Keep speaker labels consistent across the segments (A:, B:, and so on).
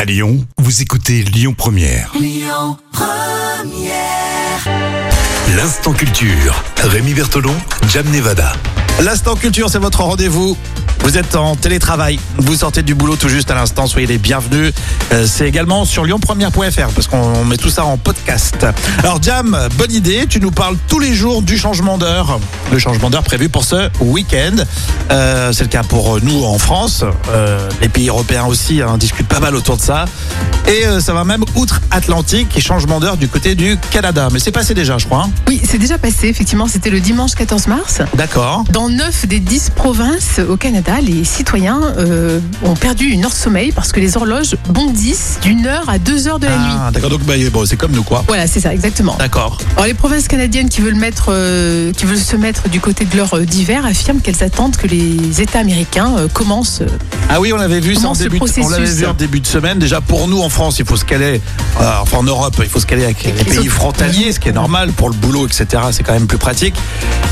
A: À Lyon, vous écoutez Lyon Première. L'instant culture. Rémi Bertolon, Jam Nevada.
B: L'instant culture, c'est votre rendez-vous. Vous êtes en télétravail, vous sortez du boulot tout juste à l'instant, soyez les bienvenus. Euh, C'est également sur lyonpremière.fr parce qu'on met tout ça en podcast. Alors Jam, bonne idée, tu nous parles tous les jours du changement d'heure. Le changement d'heure prévu pour ce week-end. Euh, C'est le cas pour nous en France. Euh, les pays européens aussi hein, discutent pas mal autour de ça. Et euh, ça va même outre-Atlantique et changement d'heure du côté du Canada. Mais c'est passé déjà, je crois. hein.
C: Oui, c'est déjà passé, effectivement, c'était le dimanche 14 mars.
B: D'accord.
C: Dans 9 des 10 provinces au Canada, les citoyens euh, ont perdu une heure de sommeil parce que les horloges bondissent d'une heure à deux heures de la nuit.
B: Ah, d'accord, donc bah, bon, c'est comme nous quoi.
C: Voilà, c'est ça, exactement.
B: D'accord.
C: Alors, les provinces canadiennes qui veulent, mettre, euh, qui veulent se mettre du côté de l'heure euh, d'hiver affirment qu'elles attendent que les États américains euh, commencent. euh,
B: Ah oui, on l'avait vu ça en
C: Comment ce
B: début, de- on
C: processus
B: l'avait vu en début de semaine. Déjà pour nous en France, il faut se caler, euh, enfin en Europe, il faut se caler avec les,
C: les
B: pays
C: autres.
B: frontaliers, ce qui est normal pour le boulot, etc. C'est quand même plus pratique.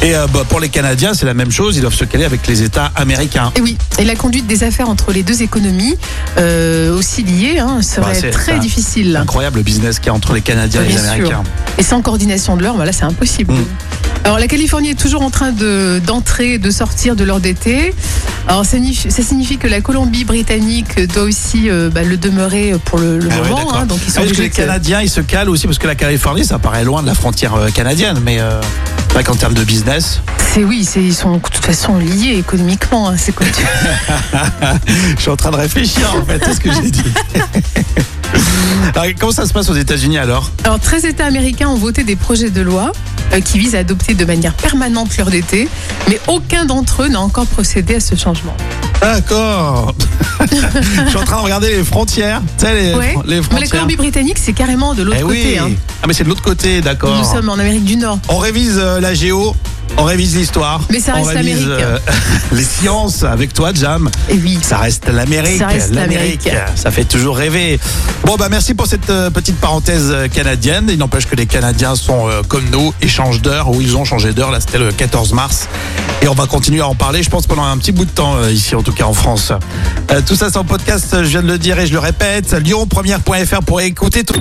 B: Et euh, bah, pour les Canadiens, c'est la même chose. Ils doivent se caler avec les États américains.
C: Et oui, et la conduite des affaires entre les deux économies, euh, aussi liées, hein,
B: Bah,
C: serait
B: c'est-
C: très
B: ça-
C: difficile.
B: Incroyable le business qu'il y a entre les Canadiens et les
C: Bien sûr.
B: Américains.
C: Et sans coordination de l'heure, voilà, c'est impossible.
B: Mm.
C: Alors la Californie est toujours en train de- d'entrer, de, sortir de l'heure d'été. Alors ça, nif- ça signifie que la Colombie-Britannique doit aussi euh, bah, le demeurer pour le, le
B: Ah ouais,
C: moment.
B: d'accord.
C: hein. donc ils sont
B: Ah, parce que
C: obligés
B: les
C: de-
B: Canadiens, ils se calent aussi parce que la Californie, ça paraît loin de la frontière euh, canadienne, mais euh, c'est vrai qu'en termes de business,
C: C'est oui, c'est- ils sont de toute façon liés économiquement. hein, c'est quoi tu-
B: Je suis en train de réfléchir en fait à ce que j'ai dit. Alors, comment ça se passe aux États-Unis alors
C: Alors 13 États américains ont voté des projets de loi euh, qui visent à adopter de manière permanente l'heure d'été, mais aucun d'entre eux n'a encore procédé à ce changement.
B: D'accord. Je suis en train de regarder les frontières. Tu sais, les,
C: Ouais.
B: fron- les
C: Mais la
B: frontières.
C: Colombie-Britannique, c'est carrément de l'autre
B: Eh
C: côté.
B: oui. Oh.
C: hein.
B: Ah mais c'est de l'autre côté,
C: Nous
B: d'accord.
C: sommes en Amérique du Nord.
B: On révise euh, la géo. On révise l'histoire.
C: Mais ça
B: on
C: reste
B: révise, euh,
C: l'Amérique.
B: les sciences avec toi, Jam.
C: Et Eh oui.
B: Ça reste l'Amérique.
C: Ça reste l'Amérique.
B: Ça fait toujours rêver. Bon, bah, merci pour cette euh, petite parenthèse euh, canadienne. Il n'empêche que les Canadiens sont euh, comme nous et changent d'heure ou ils ont changé d'heure. Là, c'était le 14 mars. Et on va continuer à en parler, je pense, pendant un petit bout de temps, euh, ici, en tout cas en France. Euh, tout ça, c'est en podcast, euh, je viens de le dire et je le répète. lyonpremière.fr pour écouter tout.